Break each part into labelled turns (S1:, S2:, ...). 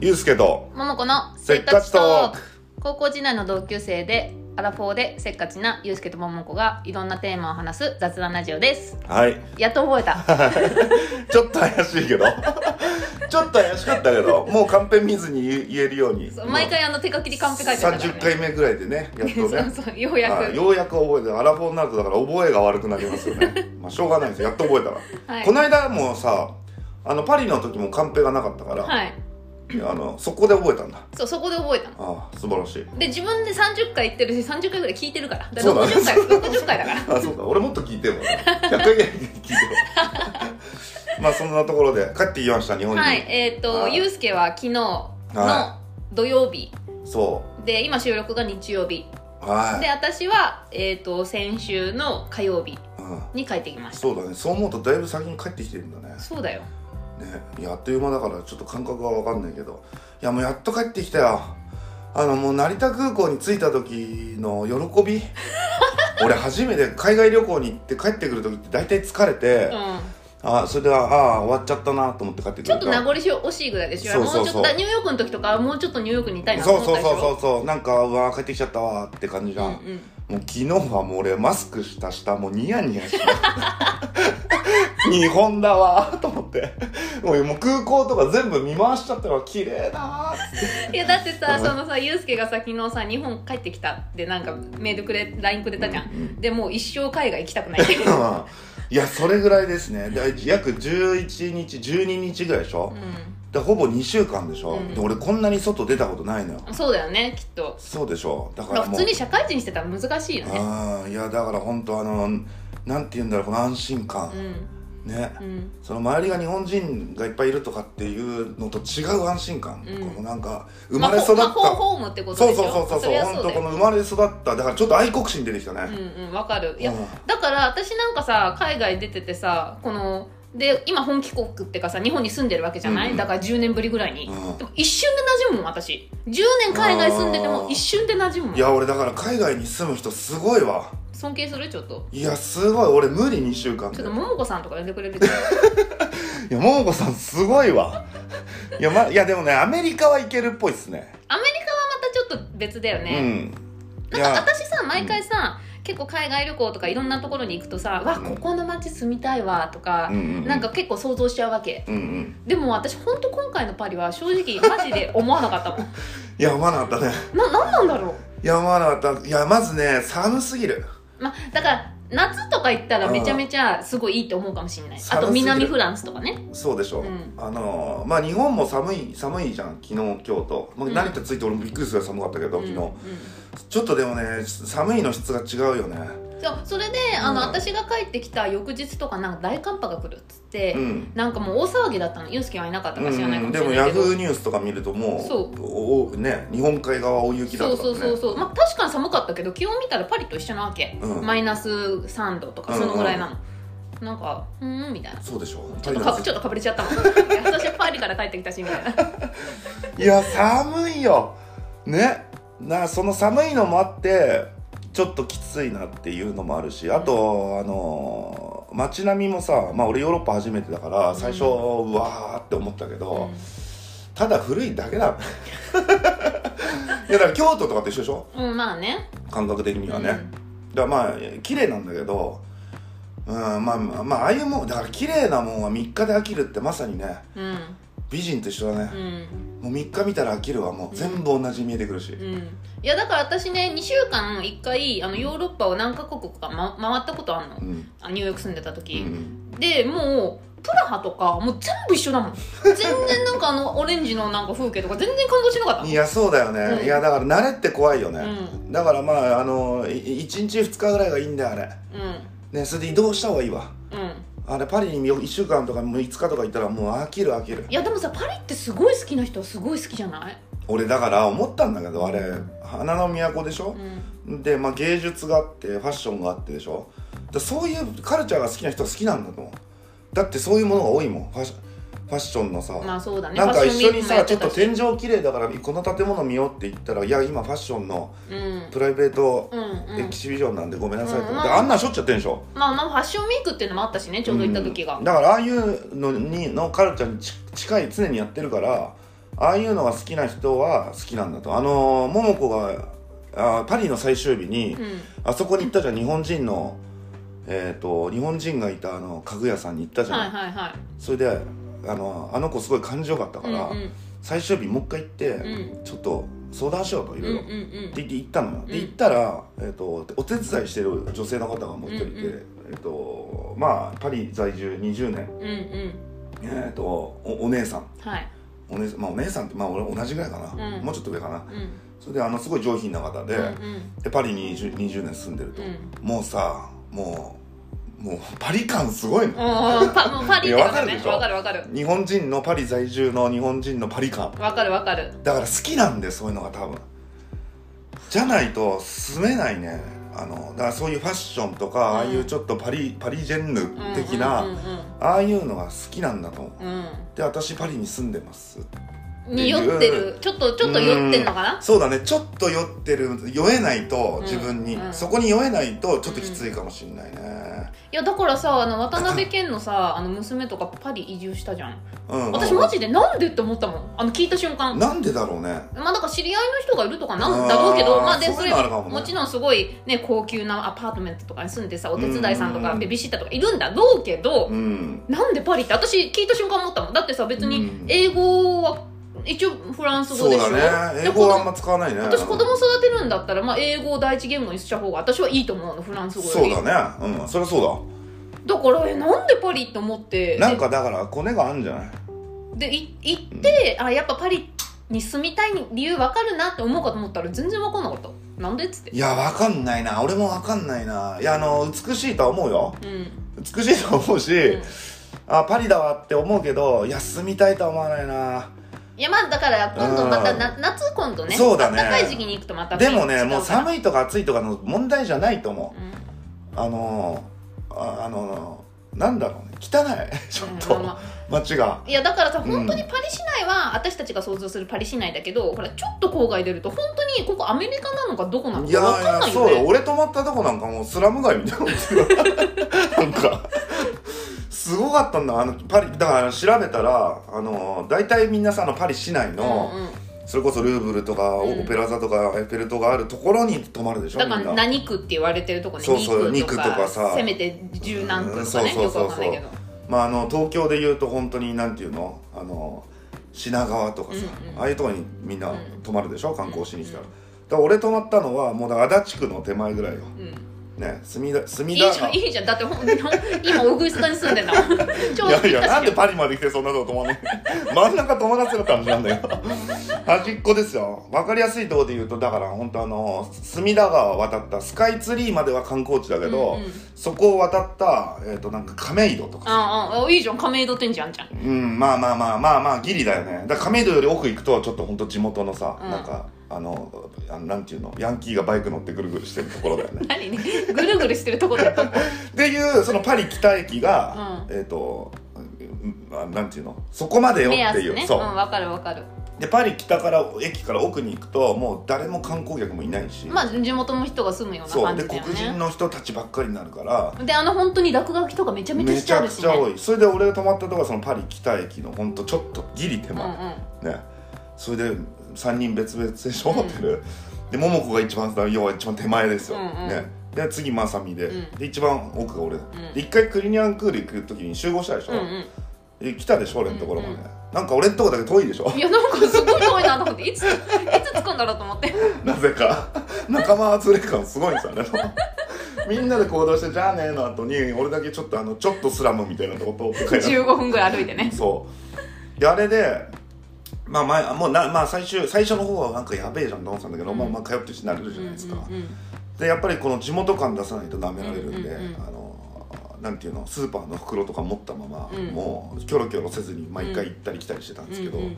S1: ゆうすけと
S2: ももこの
S1: せっかちトーク
S2: 高校時代の同級生でアラフォーでせっかちなゆうすけとももこがいろんなテーマを話す雑談ラジオです
S1: はい
S2: やっと覚え た
S1: ちょっと怪しいけど ちょっと怪しかったけどもうカンペ見ずに言えるように
S2: そう毎回あの手書きでカンペ書いてあるから、ね、
S1: 30回目ぐらいでねやっとね
S2: そうそうようや
S1: はい
S2: く
S1: ようやく覚えてアラフォーになるとだから覚えが悪くなりますよ ねまあしょうがないですよやっと覚えたら、
S2: はい
S1: この間もさあのパリの時もカンペがなかったから、
S2: はい
S1: あのそこで覚えたんだ
S2: そうそこで覚えたの
S1: ああ素晴らしい
S2: で自分で30回言ってるし30回ぐらい聞いてるからだか
S1: そ
S2: ら
S1: うだね
S2: 60回60回だから
S1: あ そうか俺もっと聞いて るわ100回ぐらい聞いてるわ まあそんなところで帰ってきました日本に、
S2: はいえっ、と
S1: はい
S2: ゆうすけは昨日の
S1: は
S2: 土曜日
S1: そ
S2: で今収録が日曜日
S1: うは
S2: で私は、えっと先週の火曜日
S1: い、うん、
S2: に帰ってきました
S1: そうだねそう思うとだいぶ先に帰ってきてるんだね
S2: そうだよ
S1: ねいやあっという間だからちょっと感覚は分かんないけどいやもうやっと帰ってきたよあのもう成田空港に着いた時の喜 び俺初めて海外旅行に行って帰ってくる時って大体疲れて、
S2: うん、
S1: あそれではああ終わっちゃったなと思って帰ってくる
S2: ちょっと名残惜しいぐらいですよ
S1: そうそうそう
S2: もうちょっとだニューヨークの時とかもうちょっとニューヨークにいたいなと
S1: そ
S2: 思
S1: う
S2: った
S1: そう
S2: でしょ
S1: そうそうそうなんかうわー帰ってきちゃったわーって感じじゃん、も
S2: うんうん
S1: う昨日はもう俺マスクした下もうニヤニヤして日本だわーと思ってもうもう空港とか全部見回しちゃったから綺麗だなーって
S2: いやだってさ
S1: うん
S2: そのさユうスケがさ昨日さ日本帰ってきたってなんかメールくれ LINE くれたじゃん、
S1: うんうん
S2: でもう一生海外行きた くないってう
S1: いやそれぐらいですねで約11日12日ぐらいでしょ、
S2: ん
S1: でほぼ2週間でしょ、
S2: うん
S1: で俺こんなに外出たことないのよ
S2: そうだよねきっと
S1: そうでしょだか
S2: まあ
S1: らも
S2: 普
S1: う
S2: 通に社会人してたら難しいよね
S1: ああいやだから本当あのなんて言うんだろうこの安心感
S2: う、ん
S1: ね
S2: うん
S1: その周りが日本人がいっぱいいるとかっていうのと違う安心感、
S2: うん
S1: このなんか生まれ育った、
S2: まあ、ほまあホホームってこと
S1: そ
S2: で
S1: う
S2: しょ
S1: そうそうそう
S2: そ
S1: そう
S2: りゃ
S1: 本
S2: そう
S1: 当
S2: だ
S1: こ
S2: よ
S1: の生まれ育っただからちょっと愛国心出てきたね、
S2: うんうんわかるいや
S1: うん
S2: だから私なんかさ海外出ててさこので今本帰国ってかさ日本に住んでるわけじゃない、
S1: うん
S2: だから10年ぶりぐらいに、
S1: うん
S2: でも一瞬で馴染むもん私10年海外住んでて
S1: あ
S2: も
S1: ー
S2: 一瞬で馴染む
S1: い
S2: もん
S1: や俺だから海外に住む人すごいわ
S2: 尊敬するちょっと
S1: いやすごい俺無理2週間
S2: ち
S1: で
S2: ょっと桃子さんとか呼んでくれるけど
S1: いや桃子さんすごい わいや,、ま、いやでもねアメリカはいけるっぽいっすね
S2: アメリカはまたちょっと別だよね、
S1: うんい
S2: なんか
S1: や
S2: 私さ毎回さ、結構海外旅行とかいろんなところに行くとさ「わ
S1: うん
S2: ここの街住みたいわ」とか、
S1: うんうんうん
S2: なんか結構想像しちゃうわけ
S1: うんうん
S2: でも私ほんと今回のパリは正直マジで思わなかったもん
S1: いやまなかったね
S2: ななんなんだろう
S1: いやまなかったいやまずね寒すぎる
S2: まあ、だから夏とか行ったらめちゃめちゃすごいいいと思うかもしれないあ
S1: 寒すぎる
S2: と南フランスとかね
S1: そうでしょ、
S2: うん
S1: あのーまあ日本も寒い寒いじゃん昨日今日と、まあ、
S2: うん
S1: 成田着いて俺もびっくりするぐらい寒かったけど、昨
S2: うん
S1: 日ちょっとでもね寒いの質が違うよね
S2: うんそうそれであの、
S1: うん
S2: 私が帰ってきた翌日とかなんか大寒波が来るっつって、
S1: うん
S2: なんかもう大騒ぎだったのユースケはいなかった
S1: う
S2: か知らないか
S1: ん、
S2: もし
S1: で
S2: れ
S1: も
S2: な
S1: ヤ
S2: いけど、
S1: フーニュースとか見るともう
S2: そう
S1: おおね、日本海側大雪だ
S2: そう
S1: とか、
S2: そ
S1: ね、
S2: うそうそう、まあ、確かに寒かったけど気温見たらパリと一緒なわけ、
S1: うん
S2: マイナス3度とかそのぐらいなの、なんかうーんみたいなち
S1: そうでしょ
S2: ょっとかちょっとかぶれちゃったもん 私パリから帰ってきたし みたいない
S1: や寒いよねなその寒いのもあってちょっときついなっていうのもあるしあとあのー街並みもさまあ俺ヨーロッパ初めてだから最初、うわーって思ったけど、ただ古いだけだ いやだから京都とかと一緒でしょ
S2: うんまあね
S1: 感覚的にはね、だからまあ綺麗なんだけどうんまあまあまあああいうもんだから綺麗なもんは3日で飽きるってまさにね
S2: うん
S1: 美人と一緒だね
S2: う、
S1: も
S2: ん
S1: う3日見たら飽きるわもう全部同じに見えてくるし、
S2: うんいやだから私ね2週間1回あのヨーロッパを何カ国か、ま、回ったことあんの
S1: うん
S2: あニューヨーク住んでた
S1: う
S2: 時、
S1: ん
S2: でもうプラハとかもう全部一緒 だもん全然なんかあのオレンジのなんか風景とか全然感動しなかった
S1: いやそうだよね、
S2: うん
S1: いやだから慣れって怖いよね、
S2: う
S1: だからまああのいい1日2日ぐらいがいいんだよあれ
S2: う
S1: ねそれで移動した方がいいわ
S2: んうん
S1: あれパリに1週間とかもう5日とか行ったらもう飽きる飽きる
S2: いやでもさパリってすごい好きな人はすごい好きじゃない、
S1: 俺だから思ったんだけどあれ花の都でしょ
S2: う、ん、
S1: で、まあ、芸術があってファッションがあってでしょだそういうカルチャーが好きな人は好きなんだと思うだってそういうものが多いもんファッシファッションのさ、
S2: まあそうだね
S1: なんか一緒に
S2: ファ
S1: さ
S2: ッ
S1: ち
S2: シ
S1: ょっ
S2: ョ
S1: と
S2: ンウィークもやてたし
S1: 天井綺麗だからこの建物見ようって言ったらいや今ファッションの
S2: うん
S1: プライベート
S2: うんう
S1: エ
S2: ん
S1: キシビジョンなんでごめんなさいって、
S2: うん
S1: であんなんしょっちゅうやってんでしょ
S2: まあまあファッションウィークっていうのもあったしねちょうど行った時が、
S1: うんだからああいうのにのカルチャーにち近い常にやってるからああいうのが好きな人は好きなんだとあのー桃子があーパリの最終日に、
S2: うん
S1: あそこに行ったじゃん日本人のえっ、と日本人がいたあの家具屋さんに行ったじゃん、
S2: はいはいはい
S1: それであのあの子すごい感じよかったから、
S2: うんうん
S1: 最終日もう一回行って、
S2: う
S1: ちょっと相談しようといろいろ。
S2: うんうん
S1: って言って行ったのよ、
S2: う
S1: で
S2: ん
S1: 行ったら、えー、とお手伝いしてる女性の方がもう一人いて、
S2: うんうん
S1: えーとまあ、パリ在住20年、
S2: うんうんうん
S1: えー、とおお姉さん
S2: はい
S1: お姉,、まあ、お姉さんって、まあ、俺同じぐらいかな、
S2: うん
S1: もうちょっと上かな
S2: うん
S1: それであのすごい上品な方で,、
S2: うんうん
S1: でパリに 20, 20年住んでると、
S2: うん
S1: もうさもうもうパリ感すごいの、
S2: おーパもうパリって
S1: いやわ
S2: こ
S1: か
S2: と
S1: るで
S2: ね
S1: しょ
S2: わかるわかる
S1: 日本人のパリ在住の日本人のパリ感
S2: わかるわかる
S1: だから好きなんでそういうのが多分じゃないと住めないねあのだからそういうファッションとか、
S2: うん
S1: ああいうちょっとパリパリジェンヌ
S2: うん
S1: 的な、
S2: うん
S1: ああいうのが好きなんだと思う
S2: うんうん
S1: で私パリに住んでます
S2: うんに酔ってるちょっとちょっと酔ってんのかな
S1: そうだねちょっと酔ってる酔えないと自分に、
S2: うんうん
S1: そこに酔えないとちょっときついかもしんないね
S2: いやだからさあの渡辺謙のさあの娘とかパリ移住したじゃん
S1: うん、
S2: 私マジでなんでって思ったもんあの聞いた瞬間
S1: なんでだろうね
S2: まあなんか知り合いの人がいるとかなんだろうけど
S1: あー
S2: まあで
S1: そう
S2: そ
S1: いう
S2: れ
S1: のあ
S2: も
S1: るかもね
S2: もちろんすごいね高級なアパートメントとかに住んでさお手伝いさんと
S1: うんうん
S2: か
S1: うん
S2: ベビーシッターとかいるんだろうけど
S1: うん
S2: なんでパリって私聞いた瞬間思ったもんだってさ別
S1: う
S2: に
S1: ん
S2: 英語は一応フランス語
S1: そう
S2: でしょ
S1: だね英
S2: で
S1: 語はあ
S2: 子
S1: ん
S2: 供
S1: ま使わないね
S2: 私子供育てるんだったら、まあ、英語を第一言語にした方が私はいいと思うのフランス語よ
S1: そ
S2: り
S1: うだねうんそりゃそう
S2: だからえなんでパリって思って
S1: だなんかだからコネがあるんじゃない
S2: ででい行って、あやっぱパリに住みたい理由分かるなって思うかと思ったら全然分かんなかったなんでっつって
S1: いや、わかんないな。俺もわかんないな。いや、あの、美しいとは思うよ。
S2: うん、
S1: 美しいとは思うし、
S2: うん
S1: あ、パリだわって思うけど、いや、住みたいとは思わないな。
S2: いやまあだから今度また
S1: うん
S2: な夏今度ね
S1: そうだね
S2: 暖かい時期に行くとまた
S1: でもね、
S2: 違から
S1: もう寒いとか暑いとかの問題じゃないと思
S2: うん
S1: う。あの、ああの、なんだろうね。汚い。 ちょっ
S2: うんま
S1: と
S2: あま、
S1: 街が。
S2: あいやだからさ
S1: うん
S2: 本当にパリ市内は、私たちが想像するパリ市内だけどほらちょっと郊外出ると本当にここアメリカなのかどこなの
S1: い
S2: か
S1: や
S2: 分かんない
S1: いやそ
S2: よ
S1: うよ
S2: ね
S1: 俺泊まったとこなんかもうスラム街みたいなもんですよなん かすごかったんだあのパリだから調べたらあの大体みんなさあのパリ市内の、
S2: うんうん
S1: それこそルーブルとか
S2: うん
S1: オペラ座とかエッフェル塔があるところに泊まるでしょ
S2: だか
S1: み
S2: ら
S1: んな
S2: 何区って言われてるとこね
S1: そうそう
S2: 二区
S1: 二区とかさ
S2: せめて十何区とか
S1: う
S2: ね、
S1: んそう
S2: よく
S1: そうそうそう
S2: わかんないけど
S1: まああの東京でいうと本当になんていうのあの品川とかさ、
S2: うんうん
S1: ああいうとこにみんな泊まるでしょ観光しに来たら、
S2: うん
S1: だから俺泊まったのはもうだから足立区の手前ぐらいよ
S2: うん
S1: ね隅田
S2: い
S1: 隅
S2: い
S1: 田
S2: じゃんいいじゃんだってほん今オグイスタに住んでんだ もんちょう
S1: い
S2: ど
S1: やい
S2: ぴっ
S1: や、
S2: た
S1: な
S2: し
S1: ん
S2: じ
S1: で
S2: ゃん
S1: パリまで来てそんなとこ泊まんねん真ん中友達の感じなんだよ。端っこですよ。わかりやすいとこで言うと、だから本当あの、隅田川を渡ったスカイツリーまでは観光地だけど、
S2: うんうん
S1: そこを渡った、えっ、となんか亀戸とか。
S2: あああいいじゃん亀戸店じゃんじゃん
S1: うん、まあまあまあまあまあ、ギリだよね。だから亀戸より奥行くと、ちょっと本当地元のさ、
S2: うん
S1: なんか、あの、あのなんていうの、ヤンキーがバイク乗ってぐるぐるしてるところだよね。
S2: 何 ねぐるぐるしてるところだった
S1: っていうそのパリ北駅が、
S2: う
S1: えっ、とうんあなんていうのそこまでよ
S2: 目
S1: って
S2: 安
S1: いう
S2: ね
S1: そう、
S2: んわかるわかる
S1: でパリ北から駅から奥に行くともう誰も観光客もいないし、
S2: まあ地元の人が住むような
S1: そう
S2: 感
S1: で
S2: じだ
S1: 黒
S2: よ
S1: 人
S2: ね
S1: の人たちばっかりになるから
S2: であの本当に落書きとかめちゃめちゃ
S1: め
S2: し
S1: ち
S2: てあ
S1: ゃ
S2: る
S1: く
S2: し
S1: ち
S2: ね
S1: ゃ多いそれで俺が泊まったとこはそのパリ北駅のほんとちょっとギリ手
S2: うん
S1: 前、
S2: うん
S1: ねそれで3人別々でしょ、ホテルで桃子が一番要は一番手前ですよ、
S2: うんうん
S1: ねで次まさみで、
S2: うん
S1: で一番奥が俺、
S2: ん
S1: で一回クリニアンクール行く時に集合したでしょ、
S2: うんうん
S1: え来たでしょ俺のところまで、
S2: うんう
S1: なんか俺のとこだけ遠いでしょ
S2: いやなんかすごい遠いなと思って いついつ着くんだろうと思って
S1: なぜか仲間外れ感すごいんですよね みんなで行動して「じゃあね」の後に俺だけちょっとあのちょっとスラムみたいなとこ通って帰る
S2: 15分ぐらい歩いてね
S1: そうであれでまあ前もうな、まあ、最終最初の方はなんかやべえじゃんと思ってたんだけど、
S2: うん
S1: まあまあ通ってるし慣れるじゃないですか、
S2: うんうんうん
S1: でやっぱりこの地元感出さないとダメられるんで、
S2: うんうんうん
S1: あのなんていうのスーパーの袋とか持ったまま、
S2: うん
S1: もうキョロキョロせずに毎回行ったり来たりしてたんですけど、
S2: うんうん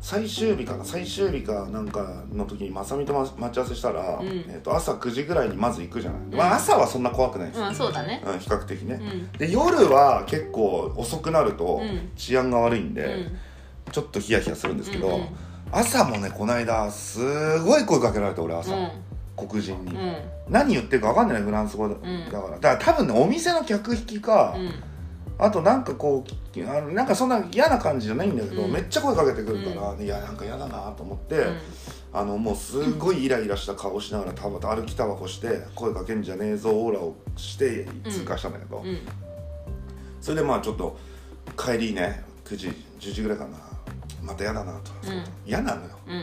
S1: 最終日かな最終日かなんかの時にまさみとま待ち合わせしたら、
S2: うん
S1: えっと朝9時ぐらいにまず行くじゃない、
S2: ん
S1: まあ、朝はそんな怖くないです、
S2: うん、そうだね。
S1: うん、比較的
S2: う
S1: ね、
S2: ん。
S1: で夜は結構遅くなると
S2: うん
S1: 治安が悪いんで、
S2: うん
S1: ちょっとヒヤヒヤするんですけど、
S2: うんうん
S1: 朝もねこの間すごい声かけられて俺朝、
S2: う
S1: 黒人に、
S2: ん。うん。
S1: 何言ってるか分かんないフランス語だ,、
S2: ん
S1: からだから多分ねお店の客引きか、
S2: うん。
S1: あとなんかこうあのなんかそんな嫌な感じじゃないんだけど、
S2: うん
S1: めっちゃ声かけてくるから、いやなんか嫌だなと思って、あのもうすっごいイライラした顔しながらたば歩きタバコして声かけんじゃねえぞオーラをして通過したんだけど、
S2: うん
S1: それでまあちょっと帰りね9時10時ぐらいかなまた嫌だなと、
S2: うん
S1: 嫌なのよ
S2: うん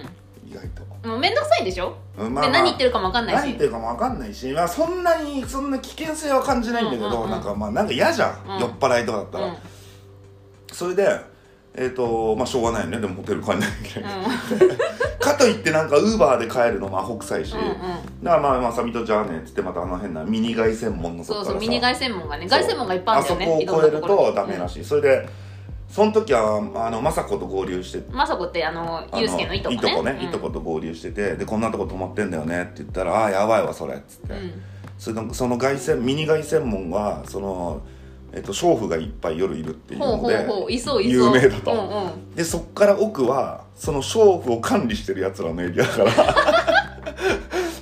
S1: 意外と。
S2: もう面倒くさいでしょ、
S1: うん
S2: で何言ってるかもわかんない
S1: 何言
S2: し
S1: ってるかも分かんないし、まあ、そんなにそんな危険性は感じないんだけど、
S2: うんうんうん
S1: なんかまあなんか嫌じゃん、
S2: うん
S1: 酔っ払いとかだった
S2: うん
S1: ら、それでえっ、とまあしょうがないよねでもホテル帰んなきゃいけない、かといってなんかウーバーで帰るのもアホ臭いし、
S2: うんうんうん
S1: だからまあまさみとじゃあねっつってまたあの変なミニ外専門のとこ
S2: そ
S1: か
S2: う
S1: ら
S2: そう
S1: さ
S2: ミニ外専門がね外専門がいっぱいあ
S1: あ
S2: るん
S1: そ
S2: だよ
S1: こを
S2: ねいろん
S1: 超え
S2: な
S1: る
S2: ところ
S1: とダメらしい、それでその時はあの雅子と合流して
S2: 雅子ってあの
S1: あの
S2: ユうスケのいとこね
S1: いとこね、
S2: う
S1: い
S2: ん
S1: とこと合流しててでこんなとこ泊まってんだよねって言ったらああーやばいわそれっつって、
S2: うん
S1: そのその凱旋ミニ凱旋門はその、えっと、娼婦がいっぱい夜いるっていう
S2: ほう
S1: の
S2: ほう
S1: で
S2: ほういそうい
S1: 有
S2: そう
S1: 名だと
S2: うんうん
S1: でそっから奥はその娼婦を管理してるやつらのエリアだから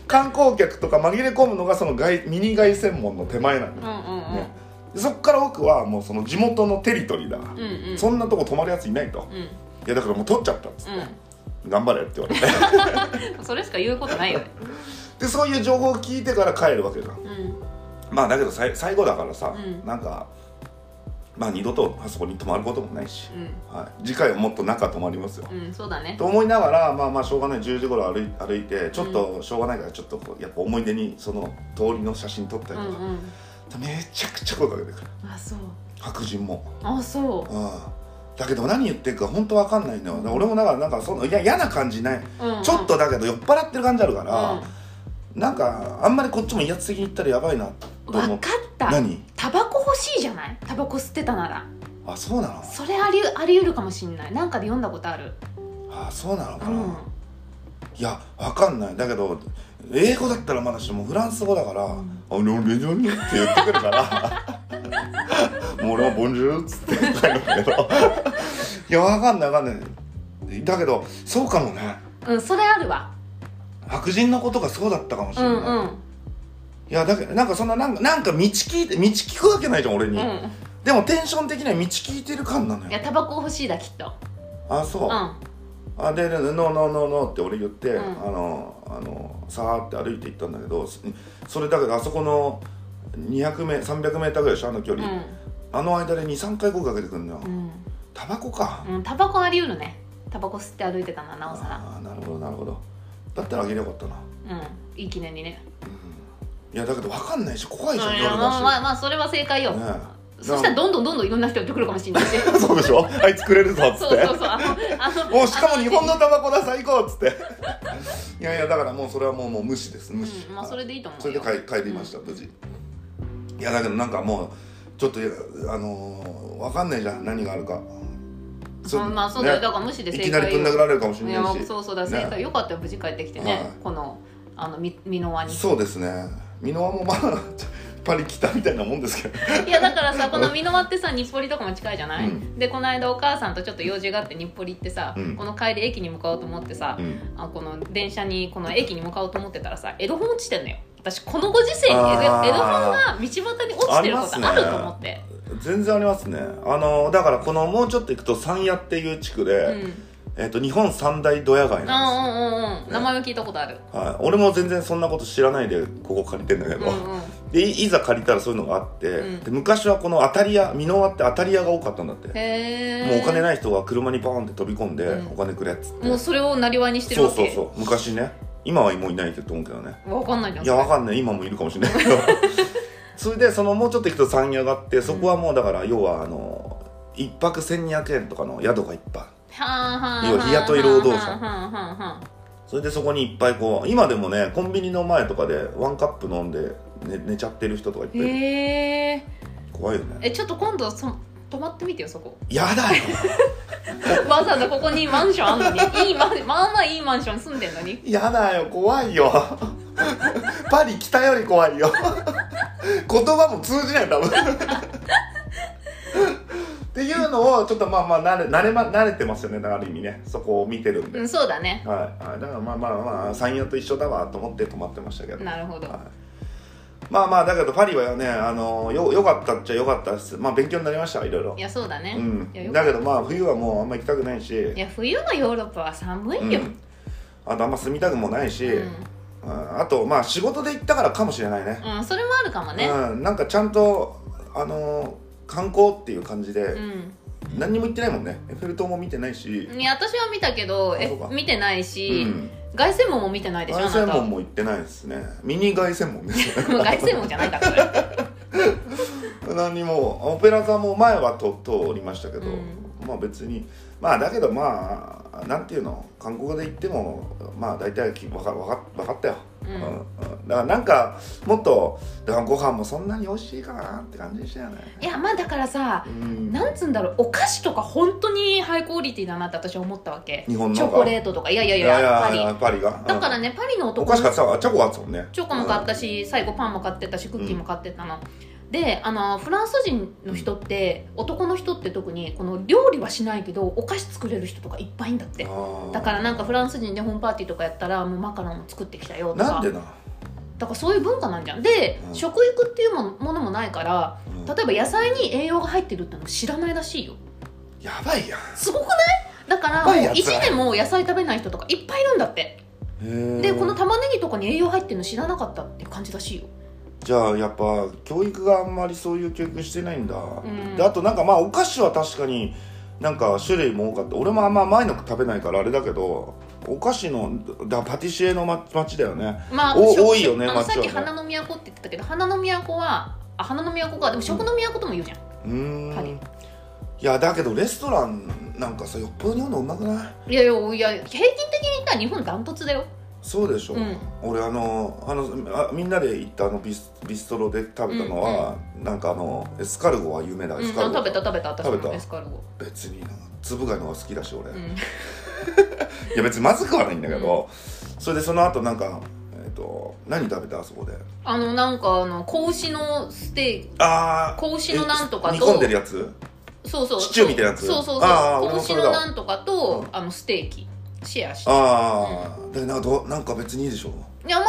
S1: 観光客とか紛れ込むのがその凱ミニ凱旋門の手前なん
S2: う
S1: だ、
S2: んうんうん
S1: ねでそっから奥はもうその地元のテリトリーだ、
S2: うんうん
S1: そんなとこ泊まるやついないと
S2: うん
S1: いやだからもう取っちゃったっつって、頑張れって言われて
S2: うんそれしか言うことないよね
S1: でそういう情報を聞いてから帰るわけじゃん
S2: うん
S1: まあだけどさい最後だからさ、
S2: うん
S1: なんかまあ二度とあそこに泊まることもないし、
S2: う
S1: はい、次回はもっと中泊まりますよ、
S2: んうんそうだね
S1: と思いながらまあまあしょうがない10時頃歩い歩いてちょっとしょうがないからちょっとこうやっぱ思い出にその通りの写真撮った
S2: う
S1: り
S2: ん
S1: とか、
S2: うん
S1: めちゃくちゃ声かけてくる
S2: あそう
S1: 白人も、
S2: あそう
S1: うん、だけど何言ってるか本当わかんないんだよだから俺もだからなんかそのいや嫌な感じない、
S2: うんうん
S1: ちょっとだけど酔っ払ってる感じあるから、
S2: うん
S1: なんかあんまりこっちも威圧的に言ったらやばいなと
S2: わ
S1: 思
S2: か
S1: っ
S2: った
S1: 何
S2: タバコ欲しいじゃないタバコ吸ってたなら
S1: あそうなの
S2: それありあり得るかもしんないなんかで読んだことある
S1: あそうなのか
S2: う
S1: な、
S2: ん
S1: いやわかんないだけど英語だったらまだしもフランス語だから「
S2: うん
S1: あのレジョニ」って言ってくるから もう俺は「ボンジュール」っつって言ったんだけどいやわかんないわかんないだけどそうかもね
S2: うんそれあるわ
S1: 白人のことがそうだったかもし
S2: う
S1: れない、
S2: んうん
S1: いやだけどなんかそんななんかなんか道聞いて道聞くわけないじゃん俺
S2: う
S1: に、
S2: ん
S1: でもテンション的には道聞いてる感なの
S2: いや
S1: よ
S2: タバコ欲しいだきっと
S1: あそう、
S2: うん
S1: あで「ノーノーノーノー」って俺言って、
S2: うん
S1: あのあのさーって歩いて行ったんだけどそそれだけどあそこの200メ 300m ぐらいでしょあの距
S2: う
S1: 離、
S2: ん
S1: あの間で23回声かけてくんのよ、
S2: うん
S1: タバコか、
S2: うんタバコあり得るねタバコ吸って歩いてたななおさら
S1: ああなるほどなるほどだったらあげればよかったな、
S2: うんいい記念にね
S1: うん、いやだけど分かんないし怖
S2: う
S1: い
S2: ん
S1: じゃん、
S2: い
S1: 夜
S2: やまあまあ
S1: だ
S2: まあそれは正解よ
S1: し、ねえ
S2: そしたらどんどんどんどんいろんな人寄ってくるかもしれないし
S1: そうでしょあいつくれるぞっつっ
S2: そう
S1: て
S2: そうそうあのあの
S1: もうしかも日本のタバコだ最高っつっていやいやだからもうそれはもうもう無視です無視、
S2: うんまあそれでいいと思うよ
S1: それで帰帰りました、無事いやだけどなんかもうちょっといやあのー、わかんないじゃん何があるか
S2: うんまあそうだよ、
S1: ね
S2: だから無視で
S1: い
S2: 正
S1: き
S2: 解
S1: なりぶん殴られるかもし
S2: い
S1: れ
S2: や
S1: ないし
S2: そうそうだ正解、よかったよ無事帰ってきてね、
S1: はい
S2: このあのみ箕輪に
S1: そうですね美濃もまあパリ来たみたいなもんですけど
S2: いやだからさこの箕輪ってさ日暮里とかも近いじゃない、
S1: う
S2: でこの間お母さんとちょっと用事があって日暮里行ってさ、
S1: うん
S2: この帰り駅に向かおうと思ってさ、
S1: うん
S2: あこの電車にこの駅に向かおうと思ってたらさエロ本落ちてんのよ私このご時世にエロエロ
S1: あー
S2: 本が道端に落ちてることあると思って、
S1: 全然ありますねあのーだからこのもうちょっと行くと三谷っていう地区で、えっと日本三大ドヤ街
S2: うん
S1: なんで
S2: うんうんうんうん名前は聞いたことある、
S1: す、はい、俺も全然そんなこと知らないでここ借りてんだけ
S2: うん
S1: ど、
S2: うん、
S1: でいいざ借りたらそういうのがあって、
S2: うん
S1: で昔はこの当たり屋美濃って当たり屋が多かったんだって
S2: へえ
S1: もうお金ない人は車にバーンって飛び込んで、
S2: うん
S1: お金くれっつって
S2: もうそれをなりわいにしてる
S1: そう
S2: わけ
S1: そうそう昔ね今はもういないと思うけどね
S2: わかんないじゃん
S1: いやわ
S2: ん
S1: かんない今もいるかもしれないけ どそれでそのもうちょっと行くと山屋があってそこはもうだから要はあの一泊1200円とかの宿がいっぱい
S2: はあはあ
S1: 要は日雇い労働者
S2: はあはあはあ
S1: それでそこにいっぱいこう今でもねコンビニの前とかでワンカップ飲んで寝寝ちゃってる人とかいっぱいいる
S2: へえ
S1: 怖いよね
S2: えちょっと今度そ泊まってみてよそこ
S1: やだよ
S2: わざわざここにマンションあんのにいいマンまあまあいいマンション住んでんのに
S1: やだよ怖いよパリ来たより怖いよ言葉も通じない多分っていうのをちょっとまあまあ慣れ慣れ,、ま、慣れてますよねある意味ねそこを見てるんで、
S2: うんそうだね
S1: はい、はいだからまあまあまあ山陽と一緒だわと思って泊まってましたけど、
S2: なるほど
S1: はまあまあだけどパリはねあのよよかったっちゃよかったですまあ勉強になりましたいろいろ
S2: いやそうだね、いや
S1: うん
S2: よ
S1: だけどまあ冬はもうあんま行きたくないし
S2: いや冬のヨーロッパは寒
S1: う
S2: いよ、
S1: ん、あとあんま住みたくもないし、
S2: うん
S1: ああとまあ仕事で行ったからかもしれないね
S2: うん、それもあるかもね
S1: うん、なんかちゃんとあのー観光っていう感じで、
S2: う
S1: 何にも行ってないもんねエッフェル塔も見てないし、
S2: んいや私は見たけど
S1: あ
S2: え
S1: そうか
S2: 見てないうし、
S1: ん、
S2: 凱旋門も見てないでしょあ
S1: 凱
S2: なた
S1: 旋門も行ってないですねミニ凱旋門です
S2: も う凱旋門じゃないからそれ
S1: 何にもオペラ座も前はと通りましたけど、
S2: うん
S1: まあ別にまあだけどまあなんていうの韓国で行ってもまあ大体きわかわかわかったよ、
S2: う
S1: うんんうんだからなんかもっとだからご飯もそんなに美味しいかなって感じでしたよね
S2: いやまあだからさ
S1: うん
S2: なんつうんだろうお菓子とか本当にハイクオリティだなって私は思ったわけ
S1: 日本の
S2: チョコ
S1: ー
S2: レートとかいやいやいややっぱり
S1: パリが
S2: だから、ねパリ
S1: う
S2: の
S1: んお
S2: 男
S1: 菓子
S2: の
S1: 買ってたわチョコあったもんね
S2: チョコも買ったし最後パンも買ってたしクッキーも買ってたの、であのフランス人の人って、男の人って特にこの料理はしないけどお菓子作れる人とかいっぱいいんだってだからなんかフランス人でホームパーティーとかやったらもうマカロンも作ってきたよと
S1: なん
S2: か
S1: でな、
S2: だからそういう文化なんじゃんで、
S1: うん
S2: 食育っていうもものもないから
S1: うん
S2: 例えば野菜に栄養が入ってるっての知らないらしいよ
S1: やばいやん
S2: すごくないだから
S1: やばい
S2: も
S1: や
S2: う
S1: つ
S2: 1年も野菜食べない人とかいっぱいいるんだって
S1: で
S2: でこの玉ねぎとかに栄養入ってるの知らなかったって感じらしいよ
S1: じゃあやっぱ教育があんまりそういう教育してないんだ、
S2: ん
S1: であとなんかまあお菓子は確かになんか種類も多かった俺もあんま甘いの食べないからあれだけどお菓子のだパティシエのま町だよね
S2: まあ
S1: お
S2: 食
S1: 多いよね
S2: あの
S1: 街は
S2: さっ
S1: ね
S2: き花の都って言ってたけど花の都はあ花の都かでも食の都とも言うじゃん、
S1: うーん、
S2: パ
S1: い
S2: リ
S1: やだけどレストランなんかさよっぽど日本のうまくない
S2: いやいやいや平均的に言ったら日本ダントツだよ
S1: そうでしょ、
S2: うん
S1: 俺あのあのあみんなで行ったあのビスビストロで食べたのは、なんかあのエスカルゴは有名だ
S2: う
S1: エ
S2: ん、
S1: スカ
S2: あ
S1: ルゴ、
S2: 食べた食べた私
S1: 食べ
S2: も
S1: た
S2: エスカルゴ、
S1: 別にな粒がいのが好きだし俺、
S2: う
S1: い
S2: ん、
S1: や別にまずくはないんだけど、それでその後なんかえっ、と何食べたあそこで
S2: あのなんかあの子牛のステーキ
S1: ああ
S2: 子牛のなんとかと
S1: 煮込んでるやつ
S2: そうそう
S1: シチューみたいなやつ
S2: そうそうそう
S1: ああ俺
S2: 子
S1: も
S2: 牛
S1: それだ
S2: のなんとか
S1: う
S2: と、
S1: ん
S2: あのステーキシェアして
S1: ああ、でなんかどなんか別にいいでしょ
S2: いやま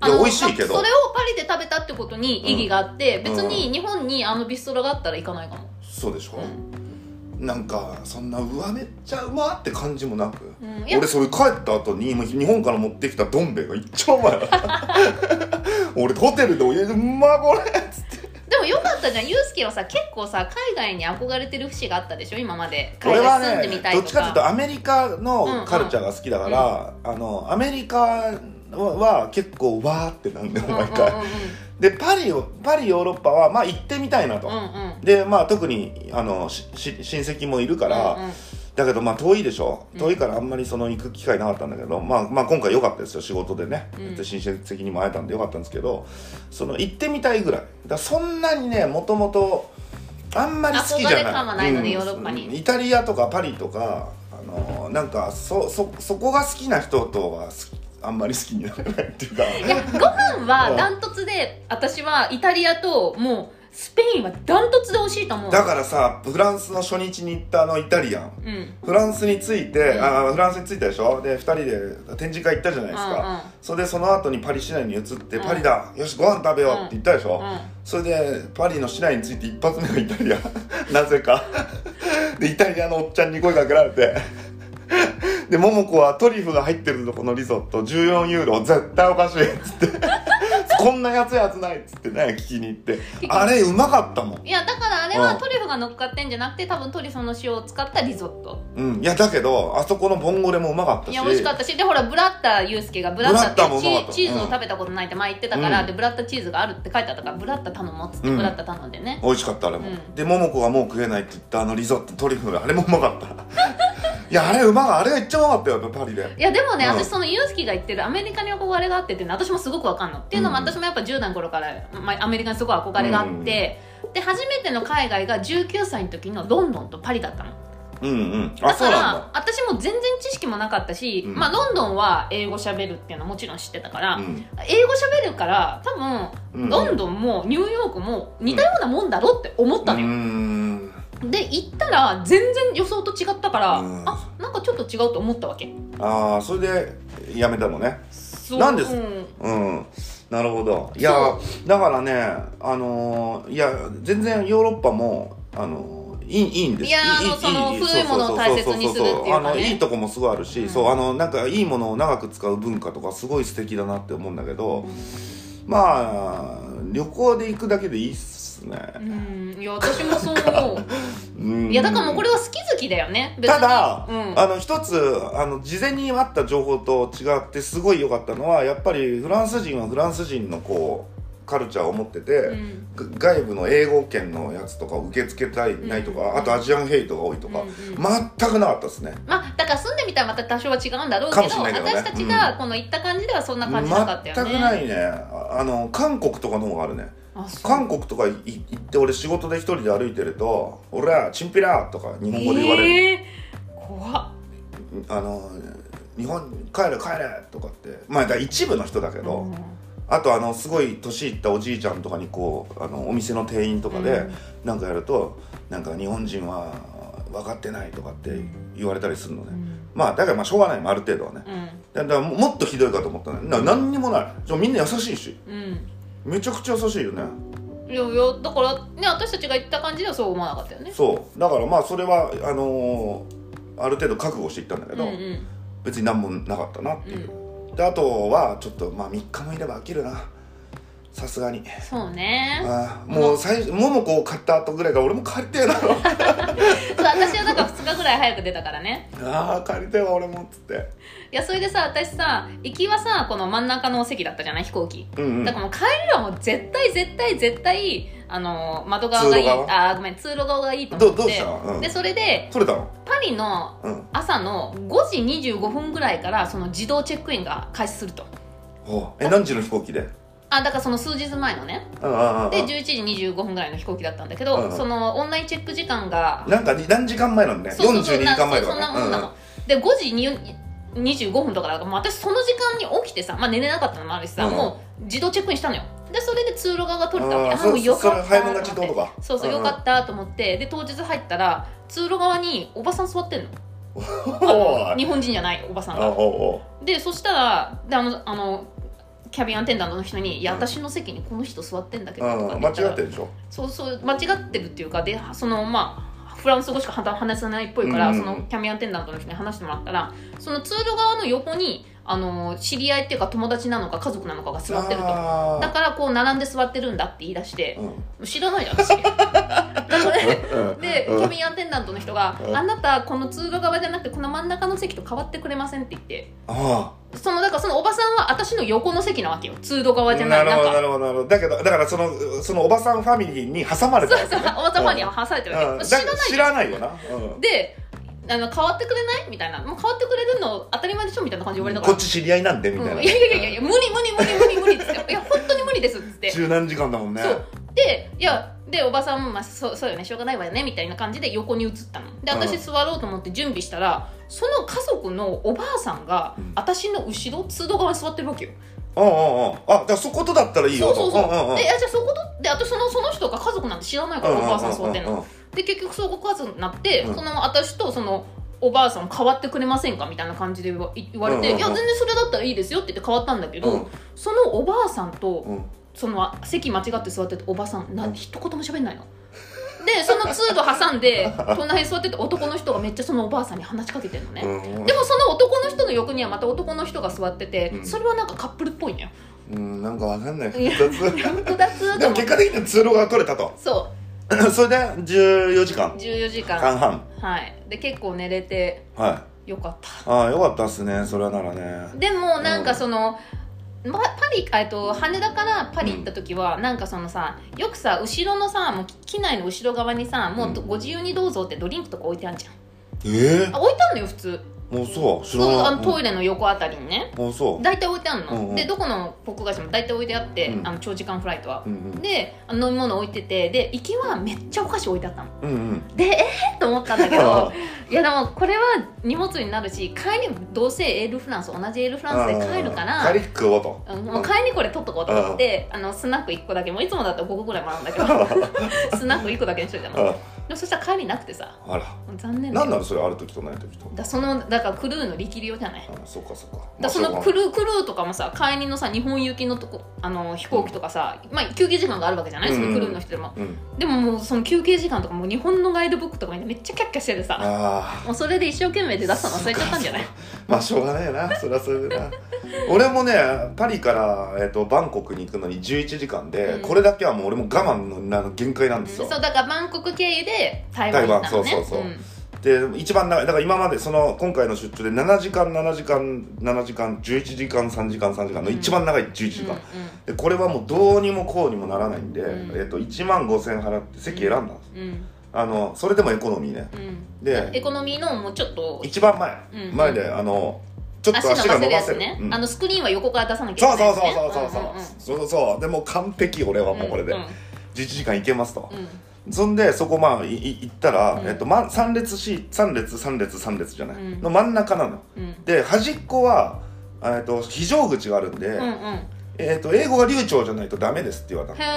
S2: あ
S1: いや
S2: あの
S1: 美味しいけど
S2: それをパリで食べたってことに意義があって、別に日本にあのビストロがあったら行かないかも、
S1: そうでしょ
S2: う、
S1: なんかそんなうわめっちゃうまって感じもなく、
S2: んうん、いや
S1: 俺それ帰った後にもう日本から持ってきたどん兵衛が一丁前 だった俺ホテルでお家で「うまこれ!」っつって
S2: でもよかったじゃんユうスケはさ結構さ海外に憧れてる節があったでしょ今まで海
S1: 俺は
S2: 外住んで
S1: ね
S2: みたい
S1: ど
S2: と
S1: っち
S2: か
S1: かっていうとアメリカのカルチャーが好きだから、あのアメリカはは結構わーってなんで毎回、でパリをパリヨーロッパはまあ行ってみたいなと、
S2: うんうんうんうんうん
S1: でまあ特にあのしし親戚もいるから、
S2: うんうん
S1: だけどまあ遠いでしょ
S2: うん
S1: 遠いからあんまりその行く機会なかったんだけど、まあ、まあ今回良かったですよ仕事でね、
S2: うん
S1: で親戚にも会えたんで良かったんですけどその行ってみたいぐらいだからそんなにねもともとあんまり好きじゃない
S2: 憧れ感はないの
S1: う
S2: ね
S1: ん
S2: ヨーロッパに
S1: イタリアとかパリとかあのなんかそそそこが好きな人とは好きあんまり好きになれないっていうか
S2: いやご飯はダントツで私はイタリアともうスペインはダントツで美味しいと思う
S1: だからさフランスの初日に行ったあのイタリアン
S2: うんうん
S1: フランスに着いて、
S2: うん
S1: あーフランスに着いたでしょで2人で展示会行ったじゃないですか、それでその後にパリ市内に移って「
S2: うん
S1: パリだよしご飯食べよう」って言ったでしょ、
S2: うんうん
S1: それでパリの市内について一発目がイタリア なぜかでイタリアのおっちゃんに声かけられてで桃子はトリュフが入ってるとこのリゾット14ユーロ絶対おかしいっつってこんな安いはずないっつってね聞きに行ってあれうまかったもん
S2: いやだからあれは
S1: うん
S2: トリュフが乗っかってんじゃなくて多分トリュフの塩を使ったリゾット
S1: うんいやだけどあそこのボンゴレもうまかったし
S2: いや美味しかったしでほらブラッタユースケがブラッタって
S1: ブラッタもうまかった
S2: チチーズを食べたことないって前言ってたから、
S1: うん
S2: でブラッタチーズがあるって書いてあったからブラッタ頼もうっつって
S1: うん
S2: ブラッタ頼んでね、
S1: 美味しかったあれも、
S2: うん
S1: で桃子がもう食えないって言ったあのリゾットトリュフがあれもうまかった いやあれうまかあれがいっちゃうまかったよやっぱパリで
S2: いやでもね、
S1: うん
S2: 私そのユースケが言ってるアメリカに憧れがあってっていうの私もすごくわかんのっていうのも
S1: うん
S2: 私もやっぱ10代の頃から、まあ、アメリカにすごい憧れがあって、で初めての海外が19歳の時のロンドンとパリだったの
S1: うんうんあ
S2: だ
S1: そ
S2: か
S1: う
S2: ら
S1: なんだ
S2: 私も全然知識もなかったし、
S1: うん
S2: まあ、ロンドンは英語しゃべるっていうのはもちろん知ってたから、
S1: うん
S2: 英語しゃべるから多分
S1: うん
S2: ロンドンもニューヨークも似たようなもんだろって思ったの
S1: う
S2: よ、
S1: ん
S2: で行ったら全然予想と違ったから、
S1: うん
S2: あなんかちょっと違うと思ったわけ
S1: ああそれでやめたのね
S2: そう
S1: なんです
S2: うん
S1: うんなるほどいやだからねあのーいや全然ヨーロッパもあのーいいいいんです
S2: いやーあのその古いものを大切にするっていうかね
S1: あのいいとこもすごいあるし、
S2: うん
S1: そうあのなんかいいものを長く使う文化とかすごい素敵だなって思うんだけどまあ旅行で行くだけでいいっすね、
S2: うんいや私もそう思う
S1: うん、
S2: いやだからもうこれは好き好きだよね別に
S1: ただ、
S2: うん、
S1: あの一つあの事前にあった情報と違ってすごい良かったのはやっぱりフランス人はフランス人のこうカルチャーを持ってて、
S2: うん
S1: が外部の英語圏のやつとかを受け付けたい
S2: ん
S1: ないとか、あとアジアンヘイトが多いとか、
S2: うんうん
S1: 全くなかったですね
S2: まあだから住んでみたらまた多少は違うんだろうけ
S1: か
S2: ど
S1: もしれないけどね
S2: 私たちがこの行った感じではそんな感じなかったよね、
S1: 全くないねああの韓国とかの方があるね
S2: あそう
S1: 韓国とかい行って俺仕事で一人で歩いてると「俺はチンピラ!」とか日本語で言われる、
S2: えー怖っ
S1: あの日本に帰れ帰れとかってまあだから一部の人だけど、
S2: うん
S1: あとあのすごい年いったおじいちゃんとかにこうあのお店の店員とかで
S2: うん
S1: なんかやると、なんか日本人は分かってないとかって言われたりするのね、
S2: うん
S1: まあだからまあしょうがないもんある程度はね
S2: うん
S1: だからももっとひどいかと思ったねな何にもないじゃあみんな優しいし
S2: うん
S1: めちゃくちゃ優しいよね
S2: いやいやだからね私たちが行った感じではそう思わなかったよね
S1: そうだからまあそれはあのーある程度覚悟していったんだけど、
S2: うんうん
S1: 別に何もなかったなっていう
S2: う、
S1: であとはちょっとまあ3日もいれば飽きるなさすがに
S2: そうね
S1: あーもう最初桃子を買った後ぐらいから俺も帰りてえな
S2: そう私はなんか2日ぐらい早く出たからね
S1: ああ帰りてえわ俺もっつって
S2: いやそれでさ私さ行きはさこの真ん中の席だったじゃない飛行機
S1: うんうん
S2: だからもう帰りはもう絶対絶対絶対あの窓側がいい
S1: 通路
S2: あ
S1: 側
S2: ーごめん通路側がいいと思
S1: ど
S2: って
S1: うどうしたの、うん、
S2: で
S1: 取
S2: それで
S1: れたの
S2: パリの
S1: うん
S2: 朝の5時25分ぐらいからその自動チェックインが開始すると
S1: ほうえ何時の飛行機でうん
S2: あだからその数日前のね
S1: うんうんうん
S2: で11時25分ぐらいの飛行機だったんだけ
S1: うん
S2: ど
S1: うん
S2: そのオンラインチェック時間が
S1: なんかに何時間前なのね
S2: そうそうそう
S1: 42時間前と
S2: そ
S1: か
S2: ん
S1: ね
S2: なもんなの、で5時に25分とかだからもう私その時間に起きてさ、まあ、寝れなかったのもあるしさ、
S1: うん
S2: もう自動チェックインしたのよでそれで通路側が取れたわ
S1: あ
S2: け
S1: あ
S2: あ
S1: そ
S2: もうよ
S1: そ
S2: か
S1: れ
S2: った
S1: 早めが自動とか
S2: そうそうよかったと思ってで当日入ったら通路側におばさん座ってんの
S1: たお
S2: 日
S1: い
S2: 本人じゃないおばさん
S1: あ
S2: が
S1: おうおう
S2: でそしたらであのあのキャビンアテンダントの人に「いや
S1: うん
S2: 私の席にこの人座ってんだけど」とか
S1: うん間
S2: 言
S1: 違
S2: たら
S1: ってるでしょ
S2: そうそう間違ってるっていうかでそのまあフランス語しか話せないっぽいから、
S1: うん
S2: そのキャミアンテンダントの人に話してもらったらその通路側の横にあの知り合いっていうか友達なのか家族なのかが座ってると
S1: あー
S2: だからこう並んで座ってるんだって言い出して
S1: うん
S2: 知らないじゃん私
S1: うん
S2: でキ
S1: うん
S2: ャビンアンテンダントの人が
S1: う
S2: 「
S1: ん
S2: あなたこの通路側じゃなくてこの真ん中の席と変わってくれません」って言って
S1: あ
S2: そのだからそのおばさんは私の横の席なわけよ通路側じ
S1: あ
S2: ゃな
S1: ないる
S2: なん
S1: ほどな
S2: か
S1: るほどなるほどだけどだからそのそのおばさんファミリーに挟まれ
S2: そ
S1: た
S2: う
S1: わけ
S2: そうおばさまには挟まれてるわ
S1: うん
S2: け
S1: だ
S2: 知らないじゃん
S1: 知らないよな、うん
S2: であの変わってくれないみたいなもう変わってくれるの当たり前でしょみたいな感じで言われたか
S1: こ
S2: ら
S1: っち知り合いなんでみたい
S2: うん
S1: な、
S2: いやいやいやいや無理無理無理無理無理っつって「いや本当に無理です」っつって
S1: 十何時間だもんね
S2: そうでいやでおばさんも、まあ、そうそうよねしょうがないわよねみたいな感じで横に移ったので私
S1: うん
S2: 座ろうと思って準備したらその家族のおばあさんが
S1: うん
S2: 私の後ろ通路側に座ってるわけよ
S1: うんうんうんあだからそことだったらいいよ
S2: そう
S1: と
S2: そうそう
S1: うんうんうん
S2: でいやじゃあそことであとそのその人が家族なんて知らないからおばあさん座ってんの
S1: うんうんうん
S2: で結局そうご家族になって、
S1: うん
S2: その私とそのおばあさん変わってくれませんかみたいな感じで言わ言われて、
S1: うんうんうん
S2: いや全然それだったらいいですよって言って変わったんだけど、
S1: うん
S2: そのおばあさんと
S1: うん
S2: その席間違って座ってたおばさんな、
S1: うん
S2: 一言も喋んないの。でその通路挟んで隣に座ってた男の人がめっちゃそのおばあさんに話しかけてるのね、
S1: うんうん
S2: でもその男の人の横にはまた男の人が座ってて、
S1: うん
S2: それはなんかカップルっぽいのよ
S1: うんなんかわかんない
S2: いや
S1: 複雑で
S2: 複雑と
S1: も
S2: 思っ
S1: 結
S2: て
S1: 果的には通路が取れたと
S2: そ
S1: それで14時
S2: う
S1: 間
S2: 14時間
S1: 半半
S2: はいで結構寝れて
S1: はい
S2: よかった
S1: ああよかったっすねそれならね
S2: でもなんかその、まパリえっと羽田からパリ行った時は、なんかそのさよくさ後ろのさもう機内の後ろ側にさもうど
S1: うん
S2: ご自由にどうぞってドリンクとか置いてあるじゃん
S1: え
S2: あ置いてあるのよ普通
S1: えもうそう知ら
S2: そうあ
S1: な
S2: の
S1: い
S2: トイレの横あたりにね
S1: もうそ
S2: 大体置いてあるの、
S1: うんうん
S2: でどこの航空会社も大体置いてあって、
S1: うん
S2: あの長時間フライトは
S1: うう、ん
S2: であの飲み物置いててで行きはめっちゃお菓子置いてあったの
S1: うんうんうん
S2: でえー、と思ったんだけ
S1: あ
S2: ど いやでもこれは荷物になるし帰りもどうせエールフランス同じエールフランスで帰るから
S1: 帰り食おうと
S2: うんもう帰りこれ取っとこうと思ってあのスナック1個だけもういつもだったら5個ぐらいもあるんだけどスナック1個だけにしといたの
S1: あ
S2: もそしたら帰りなくてさ
S1: あら
S2: 残念だよ
S1: 何なのそれある時とない時と
S2: だそのだからクルーの力量じゃない
S1: あそうかそうかま
S2: だ
S1: あ
S2: そ
S1: しょう
S2: の
S1: が
S2: クルークルーとかもさ帰りのさ日本行きのとこあの飛行機とかさ、まあ、休憩時間があるわけじゃない、
S1: うん
S2: そのクルーの人で
S1: な
S2: も
S1: いうん
S2: でももうその休憩時間とかもう日本のガイドブックとかにめっちゃキャッキャしててさ
S1: ああ
S2: もうそれで一生懸命で出すの忘れちゃったんじゃない
S1: まあしょうがないよなそれはそれでな 俺もねパリから、えっとバンコクに行くのに11時間で、
S2: うん
S1: これだけはもう俺も我慢のあの限界なんです
S2: そう
S1: よ、
S2: だからバンコク経由で台湾行ったのね
S1: 台湾そうそうそうんで一番長いだから今までその今回の出張で7時間7時間7時間11時間3時間3時間の一番長い11時間、でこれはもうどうにもこうにもならないんで、
S2: うん
S1: えっと1万5000円払って席選んだんです、
S2: うんうん
S1: あのそれでもエコノミーね
S2: うんうん
S1: で
S2: エコノミーのもうちょっと
S1: 一番前、
S2: うん
S1: 前であのちょっと足
S2: 足
S1: が伸
S2: が伸ばせる
S1: ば
S2: や
S1: せ
S2: つ
S1: る
S2: ね、
S1: うん
S2: あのスクリーンは横から出さなきゃ
S1: そう
S2: いけな
S1: そ
S2: いう
S1: そうそうそうそう、そうそうそうでもう完璧俺はもうこれで、
S2: うんうん
S1: 11時間いけますと、
S2: うん
S1: そんでそこまあいい行ったら、
S2: うん
S1: えっとま、3列し3列3列3列じゃない、
S2: うん
S1: の真ん中なの
S2: うん
S1: で端っこはえっと非常口があるんで、
S2: うんうん
S1: えっと英語が流暢じゃないとダメですって言われたの
S2: へ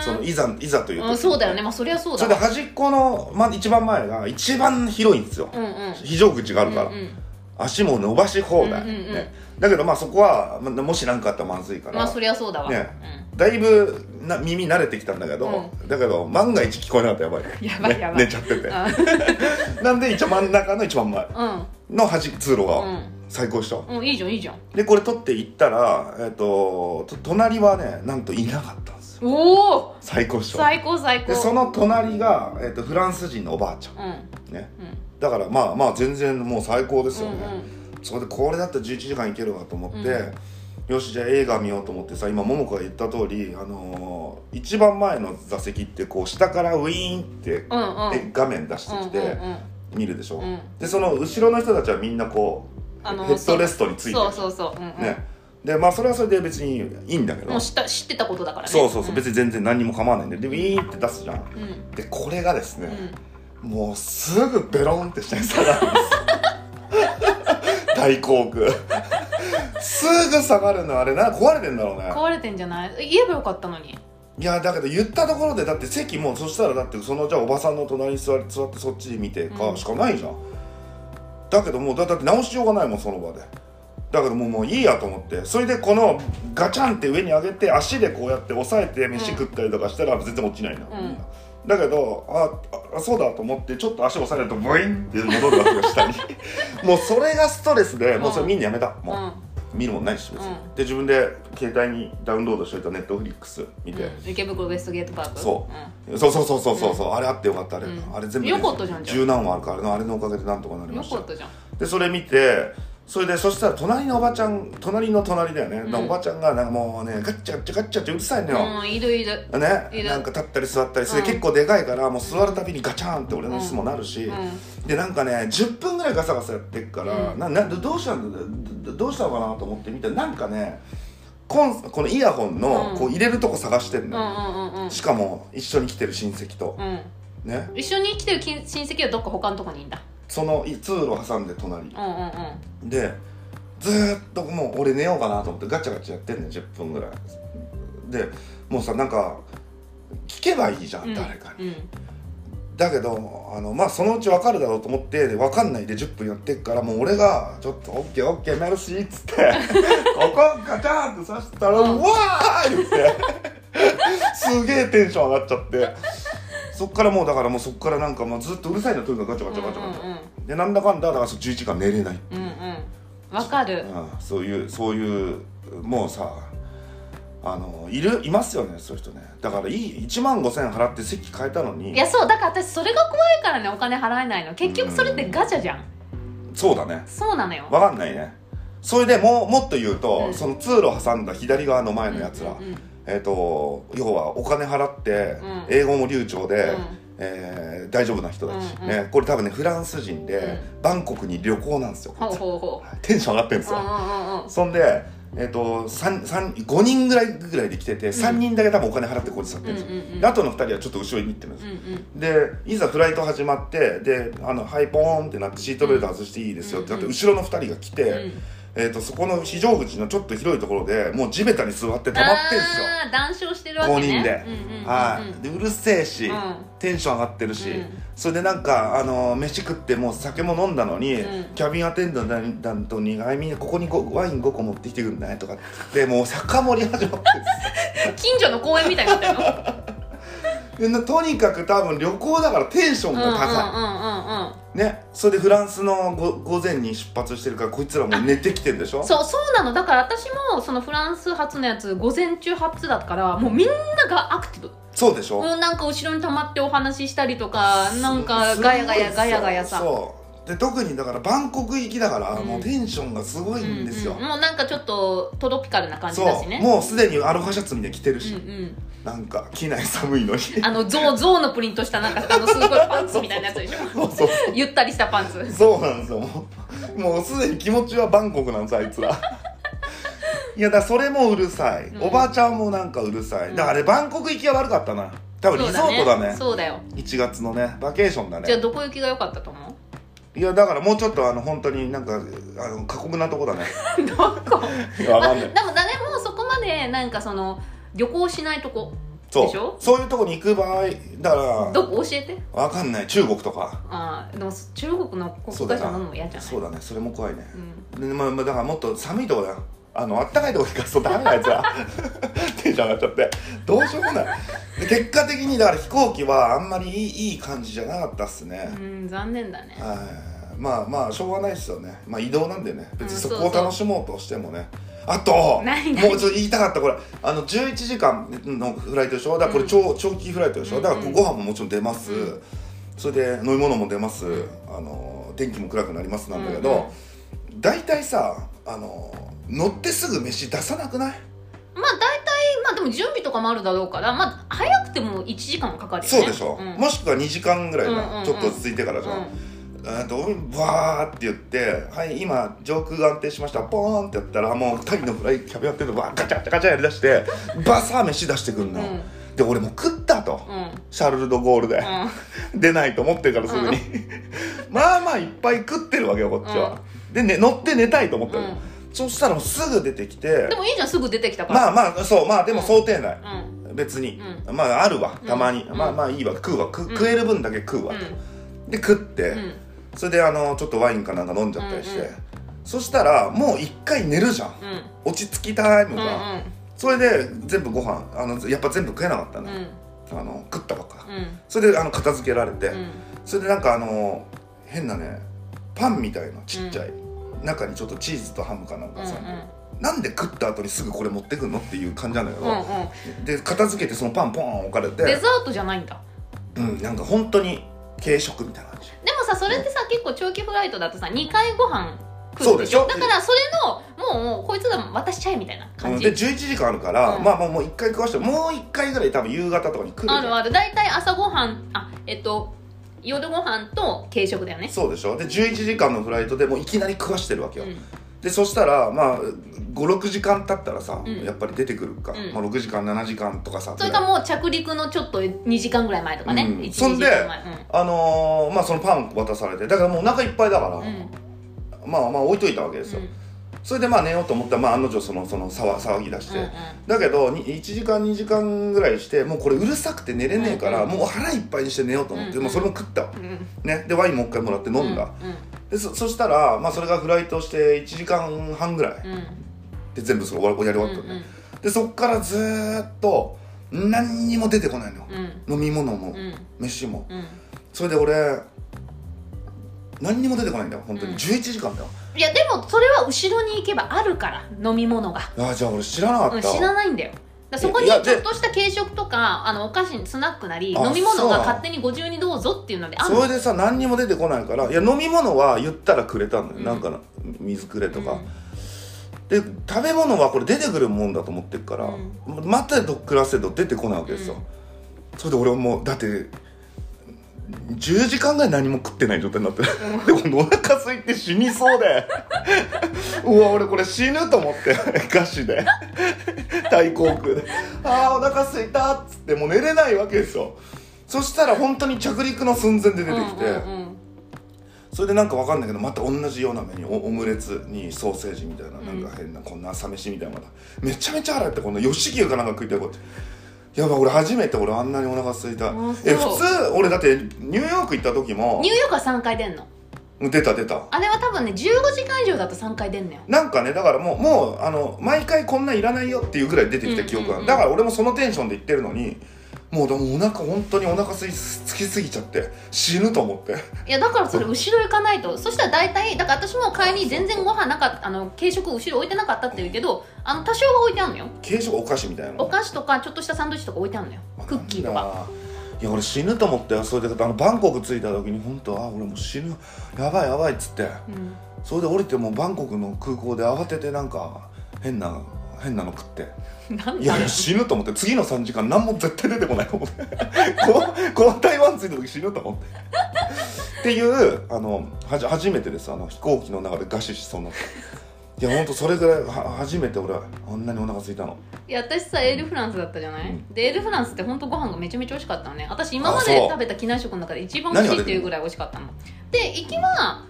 S2: ー
S1: そのいざいざという時
S2: うん、そうだよねまあそりゃそう
S1: そ
S2: だ
S1: れで
S2: わ
S1: 端っこの、ま、一番前が一番広いんですよ、
S2: うんうん
S1: 非常口があるから、
S2: うんうん
S1: 足も伸ばし放題、
S2: うんうんうん
S1: ね、だけどまあそこは、ま、もし何かあったらまずいから、
S2: まあそりゃそうだわ、
S1: ねだいぶな耳慣れてきたんだけど、だけど万が一聞こえなかったらやばい
S2: やばい
S1: ね
S2: やばい
S1: 寝ちゃってて
S2: う
S1: なんで一応真ん中の一番前
S2: んうん
S1: の端通路
S2: う
S1: が
S2: ん
S1: 最高でした、
S2: うん、いいじゃんいいじゃん
S1: でこれ取って行ったら、えっとと隣はねなんといなかったんですよ
S2: おお
S1: 最高でした
S2: 最高最
S1: で
S2: 高
S1: その隣が、えっとフランス人のおばあちゃ
S2: うん
S1: んね
S2: うん
S1: だからまあまあ全然もう最高です
S2: う
S1: よね、
S2: ん
S1: それでこれだったら11時間いけるわと思って、
S2: う
S1: よしじゃあ映画見ようと思ってさ今桃子が言った通りあのー一番前の座席ってこう下からウィーンって、
S2: うんうんうん
S1: で画面出してき
S2: うん
S1: て見るでしょ、
S2: うんうん
S1: でその後ろの人たちはみんなこう、
S2: あのー
S1: ヘッドレストについてる
S2: そうそうそう、うんうん
S1: ねでまあそれはそれで別にいいんだけど
S2: もう知った知ってたことだからね
S1: そうそうそう、別
S2: に
S1: に全然何にも構わないんででウィーンって出すじゃん
S2: うんうん
S1: でこれがですね、もうすぐベロンって下に下がるんです 大航空すぐ下がるのあれな壊れてんだろうね
S2: 壊れてんじゃないえ言えばよかったのに
S1: いやだけど言ったところでだって席もうそしたらだってそのじゃあおばさんの隣に座り座ってそっち見て
S2: う
S1: か
S2: ん
S1: しかないじゃん、だけどもうだだって直しようがないもんその場でだけどもうもういいやと思ってそれでこのガチャンって上に上げて足でこうやって押さえて飯食ったりとかしたら全然落ちないな、
S2: うん
S1: だけどああそうだと思ってちょっと足押さえるとブインって戻るわけよ下 にもうそれがストレスでもうそれ見んのやめた
S2: う
S1: もう、
S2: ん
S1: 見るもんないし別に、
S2: うん
S1: で自分で携帯にダウンロードしといたネットフリックス見て、
S2: うん池袋ウエストゲートパーク
S1: そ
S2: うん
S1: そうそうそうそうそうそう、あれあってよかったあれ、
S2: うん
S1: あれ全部
S2: よかったじゃんじゃあ
S1: 十何話あるからあれのあれのおかげでなんとかなり
S2: よ
S1: ました
S2: か
S1: よ
S2: ったじゃん
S1: でそれ見てそれでそしたら隣のおばちゃん隣の隣だよね、
S2: うん
S1: おばちゃんがなんかもうねガッチャガッチャガッチャってうるさいのよ、
S2: うんいるいるい
S1: ね、
S2: る
S1: なんか立ったり座ったりそれ
S2: うん
S1: 結構でかいからもう座るたびにガチャンって俺の椅子もなるし、
S2: う
S1: でなんかね10分ぐらいガサガサやってっから、
S2: うん
S1: ななどどうしたんだどどどうしたのかなと思って見たらなんかねコンこのイヤホンの
S2: うん
S1: こう入れるとこ探してん
S2: んう
S1: のよ、
S2: んうんうんうん
S1: しかも一緒に来てる親戚と、ね
S2: うん一緒に来てる親親戚はどっか他のとこにいんだ
S1: そのい通路挟んで隣
S2: うんうんうん
S1: でずーっともう俺寝ようかなと思ってガチャガチャやってんねん10分ぐらいでもうさなんか聞けばいいじゃん、
S2: うん
S1: 誰かに
S2: うん
S1: だけどあのまあそのうち分かるだろうと思ってで分かんないで10分やってっからもう俺が「ちょっとオッケーオッケーメルシー」っつっ て「ここガチャン!」って刺したら「
S2: うん
S1: うわー!」言ってすげえテンション上がっちゃってそっからもうだからもうそっからなんかもうずっとうるさいのとにかくガチャガチャガチャガチャ、
S2: うんうん
S1: でなんだかんだだからそう11時間寝れない
S2: うんうんわかる
S1: うんそういうそういうもうさあのいるいますよねそういう人ねだからいい1万5000円払って席変えたのに
S2: いやそうだから私それが怖いからねお金払えないの結局それってガチャじゃん
S1: そうだね
S2: そうなのよ
S1: わかんないねそれでもうもっと言うと、
S2: うん
S1: その通路挟んだ左側の前のやつら、
S2: うんうんうん
S1: えっ、と要はお金払って、
S2: うん
S1: 英語も流暢で、
S2: うん
S1: えー大丈夫な人たち、
S2: うんうん
S1: ね、これ多分ねフランス人で、
S2: う
S1: バンコクに旅行なんですよ、
S2: ほうほうほ
S1: テンション上がってるん です
S2: うう
S1: よ、
S2: んうんうんうん
S1: そんで、えっと三三5人ぐらいぐらいで来てて3人だけ多分お金払ってここに座ってるんですよ、
S2: うんうんうん
S1: であとの2人はちょっと後ろに行ってるんです
S2: う
S1: よ、
S2: んうん
S1: でいざフライト始まってであの「はいポーン」ってなってシートベルト外していいですよってなって
S2: うんうん
S1: 後ろの2人が来て、
S2: うん
S1: えー、とそこの非常口のちょっと広いところでもう地べたに座って溜まってんすよ
S2: あー談笑してるわけね
S1: 五人で
S2: うんうんうんうん
S1: はい、でうるせえし、
S2: うん
S1: テンション上がってるし、
S2: うん
S1: それでなんか、あのー飯食ってもう酒も飲んだのに、
S2: うん
S1: キャビンアテンダントに「あいみんここにごワイン5個持ってきてくんない?」とかでもう酒盛り始まって
S2: 近所の公園みたいに なってるの
S1: るでとにかく多分旅行だからテンション
S2: うん
S1: が
S2: うんうんうんうん
S1: 高い、ねそれでフランスのご午前に出発してるからこいつらもう寝てきてるでしょ
S2: そうそうなのだから私もそのフランス発のやつ午前中発だからもうみんながアクティブ
S1: そうでしょ、
S2: もうなんか後ろに溜まってお話ししたりとかなんか
S1: す
S2: ガヤガヤガヤガヤさ
S1: そうで特にだからバンコク行きだから、
S2: うん
S1: もうテンションがすごいんですよ、
S2: うんうんもうなんかちょっとトロピカルな感じ
S1: そ
S2: だし
S1: う
S2: ね
S1: もうすでにアロハシャツみたいに着てる
S2: う
S1: し、
S2: んうん
S1: なんか機内寒いのに
S2: あの象象のプリントしたなんかあのすごいパンツみたいなやつでしょ
S1: そ うそう
S2: ゆったりしたパンツ
S1: そうなんですよもうもうすでに気持ちはバンコクなんですあいつ らいやだからそれもうるさい、
S2: うん
S1: おばあちゃんもなんかうるさい、
S2: うん
S1: だからあれバンコク行きは悪かったな多分リゾートだね
S2: そうだよ
S1: 1月のねバケーションだ
S2: じゃあ
S1: ね
S2: どこ行きが良かったと 思う
S1: いやだからもうちょっとあの本当になんかあの過酷なとこ だね
S2: どこ
S1: わかんな
S2: で
S1: い
S2: も誰もそこまでなんかその旅行しないとこ
S1: そ
S2: でしょ
S1: うそういうとこに行く場合だから
S2: どこ教えて
S1: わかんない中国とか
S2: ああでも中国の国会社なのも嫌じゃない
S1: そうだねそれも怖いね
S2: うん
S1: でまあまあだからもっと寒いとこだよあのあったかいとこ行かすとダメだやつら テンション上がっちゃってどうしようもないで結果的にだから飛行機はあんまりいいいい感じじゃなかったっすね、
S2: うん残念だね
S1: はいまあまあしょうがないっすよねまあ移動なんでね別に
S2: うん
S1: そ
S2: そう
S1: こを楽しもうとしてもね、あと
S2: 何何
S1: もうちょっと言いたかったこれあの11時間のフライトでしょだからこれ
S2: うん
S1: 超、長期フライトでしょだから
S2: うんう
S1: ご
S2: ん
S1: 飯ももちろん出ます、
S2: うん
S1: それで飲み物も出ます、あの天気も暗くなりますなんだけ
S2: うん
S1: ど、大体さあの乗ってすぐ飯出さなくない
S2: まあ大体まあでも準備とかもあるだろうからまあ早くても1時間はかかるよね
S1: そうでしょ、
S2: うん
S1: もしくは2時間ぐらいな、
S2: うんうんうん
S1: ちょっと落ち着いてからじゃん、えっとバーって言って「はい今上空が安定しましたポーン」ってやったらもう2人のフライキャビアってるのバーガチャガチャガチャやりだしてバサー飯出してくん
S2: うんう
S1: の、
S2: ん
S1: で俺もう食ったと
S2: うんうん
S1: シャルル・ド・ゴールで、出ないと思ってるからすぐに、 まあまあいっぱい食ってるわけよこっちは、で、ね、乗って寝たいと思ったの、
S2: う
S1: そしたらもうすぐ出てきて
S2: んでもいいじゃんすぐ出てきたから
S1: まあまあそうまあでも想定内、
S2: うん
S1: 別に、まああるわたまに、
S2: うん
S1: まあまあいいわ食うわ食,、
S2: うん
S1: 食える分だけ食うわ、
S2: う
S1: で食って、
S2: んうん
S1: それであのちょっとワインかなんか飲んじゃったりして、
S2: うんうん
S1: そしたらもう一回寝るじゃん
S2: うん
S1: 落ち着きタイム
S2: うん
S1: が、
S2: うん
S1: それで全部ご飯あのやっぱ全部食えなかった
S2: うん
S1: ね、あの食ったばっか、
S2: うん
S1: それであの片付けられて、
S2: うん
S1: それでなんかあの変なねパンみたいなちっちゃい、中にちょっとチーズとハムかなん
S2: うんう
S1: か
S2: ん
S1: さ、なんで食った後にすぐこれ持ってくんのっていう感じなんだけ
S2: うん
S1: ど、
S2: うん
S1: で片付けてそのパンポーン置かれ
S2: デ
S1: て、
S2: ザートじゃないんだ
S1: うん、なんか本当に軽食みたいな感じ
S2: でもさそれってさ結構長期フライトだとさ2回ご飯食うでしょ
S1: そうでしょ
S2: だからそれのもうもうこいつら渡しちゃえみたいな
S1: う
S2: 感
S1: ん、
S2: じ、
S1: で11時間あるから、
S2: うん
S1: まあまあもう1回食わしてもう1回ぐらい多分夕方とかに来るじゃん
S2: あるある大体朝ごはんあえっと夜ご飯と軽食だよね
S1: そうでしょで11時間のフライトでもういきなり食わしてるわけ
S2: う
S1: よ、
S2: ん
S1: でそしたらまあ56時間経ったらさ、
S2: うん
S1: やっぱり出てくるか、
S2: うん
S1: まあ、6時間7時間とかさ
S2: それかもう着陸のちょっと2時間ぐらい前とかね、
S1: うん
S2: 1
S1: そんで
S2: 2時間前うん
S1: あのーまあそのパン渡されてだからもうお腹いっぱいだから、
S2: うん
S1: まあまあ置いといたわけですよ、それでまあ寝ようと思ったら、まあ、案の定そのその騒騒ぎ出して、だけどに1時間2時間ぐらいしてもうこれうるさくて寝れねえから、
S2: うん
S1: もう腹いっぱいにして寝ようと思って、
S2: うん
S1: もうそれも食ったわ
S2: うんうんうん
S1: ねでワインもう一回もらって飲んだ、でそそしたら、まあ、それがフライトして1時間半ぐらい
S2: うんうん
S1: で全部それ終わやり終わったのね、でそっからずーっと何にも出てこないの
S2: うんう、
S1: 飲
S2: ん
S1: み物も、
S2: うん
S1: 飯も
S2: うん
S1: それで俺何にも出てこないんだよ本当に、
S2: うん
S1: 11時間だよ
S2: いやでもそれは後ろに行けばあるから飲み物が
S1: ああじゃあ俺知らなか
S2: うん
S1: った、
S2: 知らないんだよだからそこに
S1: い
S2: ちょ
S1: や
S2: っ
S1: で
S2: とした軽食とかあのお菓子スナックなり
S1: あ
S2: 飲み物
S1: そう
S2: が勝手にご自由にどうぞっていうのである
S1: それでさ何にも出てこないからいや飲み物は言ったらくれたんだよ、
S2: うん
S1: なんかな水くれと
S2: う
S1: か
S2: ん、
S1: で食べ物はこれ出てくるもんだと思ってるから、待てど暮らせど出てこないわけですよ、それで俺はもうだって10時間ぐらい何も食ってない状態になってる、でもお腹空いて死にそうでうわ俺これ死ぬと思って 餓死で大口空でああお腹空いたっつってもう寝れないわけですよそしたら本当に着陸の寸前で出てきて、
S2: うんうんうん
S1: それでなんかわかんないけどまた同じようなメニューオオムレツにソーセージみたいななんか変な、こんな朝飯みたいなのがめちゃめちゃ腹減ってこんな吉牛かなんか食いたいこってやばい俺初めて俺あんなにお腹空いた
S2: あそう
S1: え普通俺だってニューヨーク行った時も
S2: ニューヨークは3回出んの
S1: 出た出た
S2: あれは多分ね15時間以上だと3回出んのよ
S1: なんかねだからもうもうあの毎回こんないらないよっていうぐらい出てきた記憶があ
S2: うんうんう
S1: るだ
S2: ん
S1: から俺もそのテンションで行ってるのにもうでもお腹本当にお腹すいつきすぎちゃって死ぬと思って
S2: いやだからそれ後ろ行かないとそしたら大体だから私も帰り全然ご飯なかったあの軽食後ろ置いてなかったって言うけどあの多少は置いてあるのよ
S1: 軽食お菓子みたいな
S2: お菓子とかちょっとしたサンドイッチとか置いてあるのよクッキーとか
S1: かいや俺死ぬと思ったよそれであのバンコク着いた時に本当あ俺もう死ぬやばいやばいっつって
S2: うん
S1: それで降りてもうバンコクの空港で慌ててなんか変な変なの食って
S2: なん
S1: い
S2: だ
S1: やい
S2: ろ
S1: や死ぬと思って次の3時間何も絶対出てこないと思って このこの台湾着いた時死ぬと思ってっていうあのはじ初めてですあの飛行機の中で餓死しそうになったいやほんとそれぐらいは初めて俺あんなにお腹空いたの
S2: いや私さエールフランスだったじゃない、
S1: うん
S2: でエールフランスって本当ご飯がめちゃめちゃ美味しかったのね私今ま
S1: あ
S2: で
S1: そう
S2: 食べた機内食の中で一番美味しいっていうぐらい美味しかったので行きは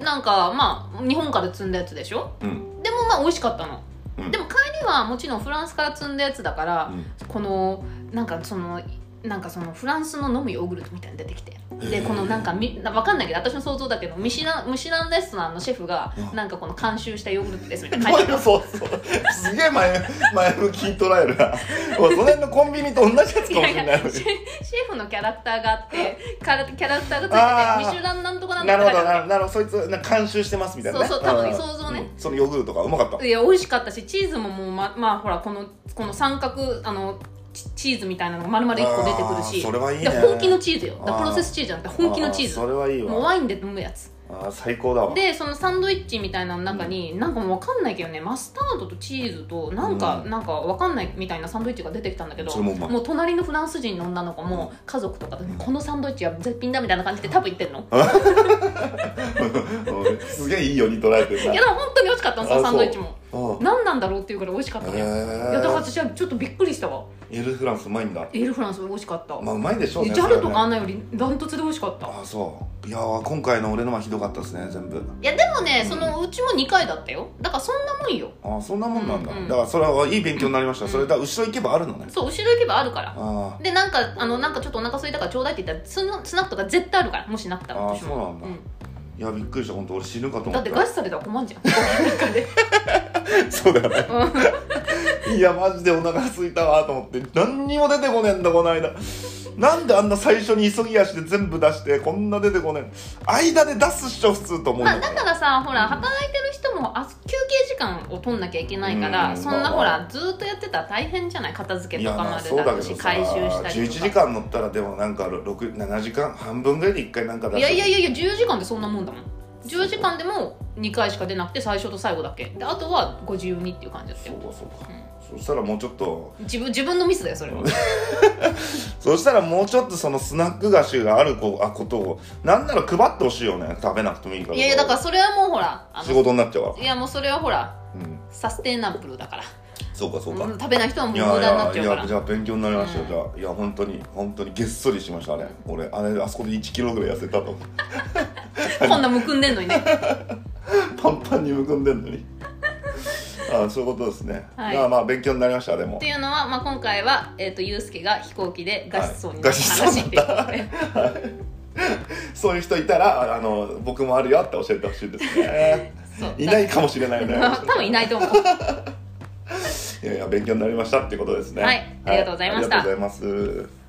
S2: なんかまあ日本から積んだやつでしょ
S1: うん
S2: でもまあ美味しかったの、
S1: うん
S2: でも帰りはもちろんフランスから積んだやつだから、このなんかそのなんかそのフランスの飲むヨーグルトみたいなの出てきてでこのなんかみなわかんないけど私の想像だけどミシュランミシュランレストランのシェフが
S1: うん
S2: なんかこの監修したヨーグルトですみたい な書い
S1: そう
S2: てあ
S1: いう
S2: る
S1: そうそうすげえ前前向きに捉えるなもうその辺のコンビニと同じやつかもし
S2: い
S1: れ
S2: やい
S1: ない
S2: や
S1: のに
S2: シェシェフのキャラクターがあってからキャラクター
S1: あー
S2: がついててミシュランなんとかなんと
S1: なる
S2: か書い
S1: ほ
S2: て
S1: どな
S2: あ
S1: るほどなるほどそいつなんか監修してますみたいなね
S2: そうそう多分
S1: ん
S2: 想像ね
S1: うんそのヨーグルトがうまかった
S2: るいや美味しかったしチーズももうままあほらこのこの三角あのチチーズみたいなのが丸々1個出てくる
S1: あー
S2: し
S1: それはいいね
S2: で本気のチーズよだから
S1: あー
S2: プロセスチーズじゃなくて本気のチーズ
S1: あそれはいい
S2: もう
S1: わ
S2: ワインで飲むやつ
S1: あー最高だわ
S2: でそのサンドイッチみたいなの中に、なんかもう分かんないけどねマスタードとチーズとなんか、
S1: うん
S2: なんか分かんないみたいなサンドイッチが出てきたんだけど
S1: それもうまい
S2: もう隣のフランス人の女の子も家族とかで、このサンドイッチは絶品だみたいな感じで多分言ってるの
S1: うんすげえいいように捉えてるない
S2: やでも本当に美味しかったのそ
S1: あ
S2: の
S1: そう
S2: サンドイッチも
S1: うん
S2: 何なんだろうっていうぐらい美味しかったのよ、いやだから
S1: え
S2: 私はちょっとびっくりしたわ
S1: ー、エルフランスうまいんだ
S2: エールフランス美味しかった、
S1: まあうまいでしょうね
S2: ジャルと
S1: それ
S2: かあ
S1: は
S2: ん
S1: ね
S2: なよりダントツで美味しかった
S1: あーそういやー今回の俺のはひどかったですね全部
S2: いやでもねそのうちも2回だったよだからそんなもんよ
S1: あーそんなもんなんだ、
S2: うんうん
S1: だからそれはいい勉強になりました、
S2: うん
S1: それだ後ろ行けばあるのね
S2: そう後ろ行けばあるから
S1: あ
S2: でなんかあのなんかちょっとお腹空いたからちょうだいって言ったらスナスナックとか絶対あるからもしなくたら
S1: あー
S2: 私も
S1: そうなんだあいやびっくりした本当俺死ぬかと
S2: うん
S1: 思
S2: だ
S1: っ
S2: って
S1: た
S2: 餓死されたら困んじゃ ん中で
S1: そうだよね
S2: うん
S1: いやマジでお腹空いたわと思って何にも出てこねえんだこの間なんであんな最初に急ぎ足で全部出してこんな出てこねえ間で出すっしょ普通と思う
S2: まあ
S1: よ
S2: だからさほら働いてる人もあ休憩時間を取んなきゃいけないから
S1: うん
S2: そんな
S1: まあ
S2: ほらずーっとやってたら大変じゃない片付け
S1: い
S2: と
S1: や
S2: か
S1: ま
S2: も
S1: あ
S2: あ
S1: そ
S2: る
S1: う
S2: だ
S1: だ
S2: ろ
S1: け
S2: う
S1: ど
S2: し
S1: さ
S2: 回収した
S1: 11
S2: り
S1: 時
S2: とか
S1: 間乗ったらでもなんか67時間半分ぐらいで1回なんか出
S2: い
S1: す
S2: やいやいやいや10時間でそんなもんだもん10時間でも2回しか出なくて最初と最後だけであとはご自由にっていう感じだった
S1: そう
S2: よ
S1: かそうか、そしたらもうちょっと
S2: 自分自分のミスだよそれは
S1: そしたらもうちょっとそのスナック菓子があるこあことをなんなら配ってほしいよね食べなくてもいいから
S2: いやいやだからそれはもうほらあ
S1: 仕
S2: の
S1: 事になっちゃうから
S2: いやもうそれはほら
S1: うん
S2: サステイナブルだから
S1: そうかそうか、
S2: うん食べない人はもう
S1: い
S2: 無
S1: や
S2: 駄に
S1: い
S2: な
S1: や
S2: っちゃ
S1: いう
S2: か
S1: や
S2: ら
S1: じゃあ勉強になりましたよ、
S2: うん
S1: じゃあいや本当に本当にげっそりしましたあれ俺あれあそこで1キロぐらい痩せたと 思う
S2: こんなむくんでんのにね
S1: パンパンにむくんでんのにあそういうことですね、
S2: はい
S1: まあまあ勉強になりましたでも
S2: っていうのは、まあ、今回は、えー、とゆうすけが飛行機で餓死そうにな
S1: はい餓死そうになった
S2: 話っていう
S1: そういう人いたらあの僕もあるよって教えてほしいですね
S2: そう
S1: いないかもしれないね
S2: 多分いないと思う
S1: いやいや勉強になりましたってことですね
S2: はいありがとうございました
S1: ありがとうございます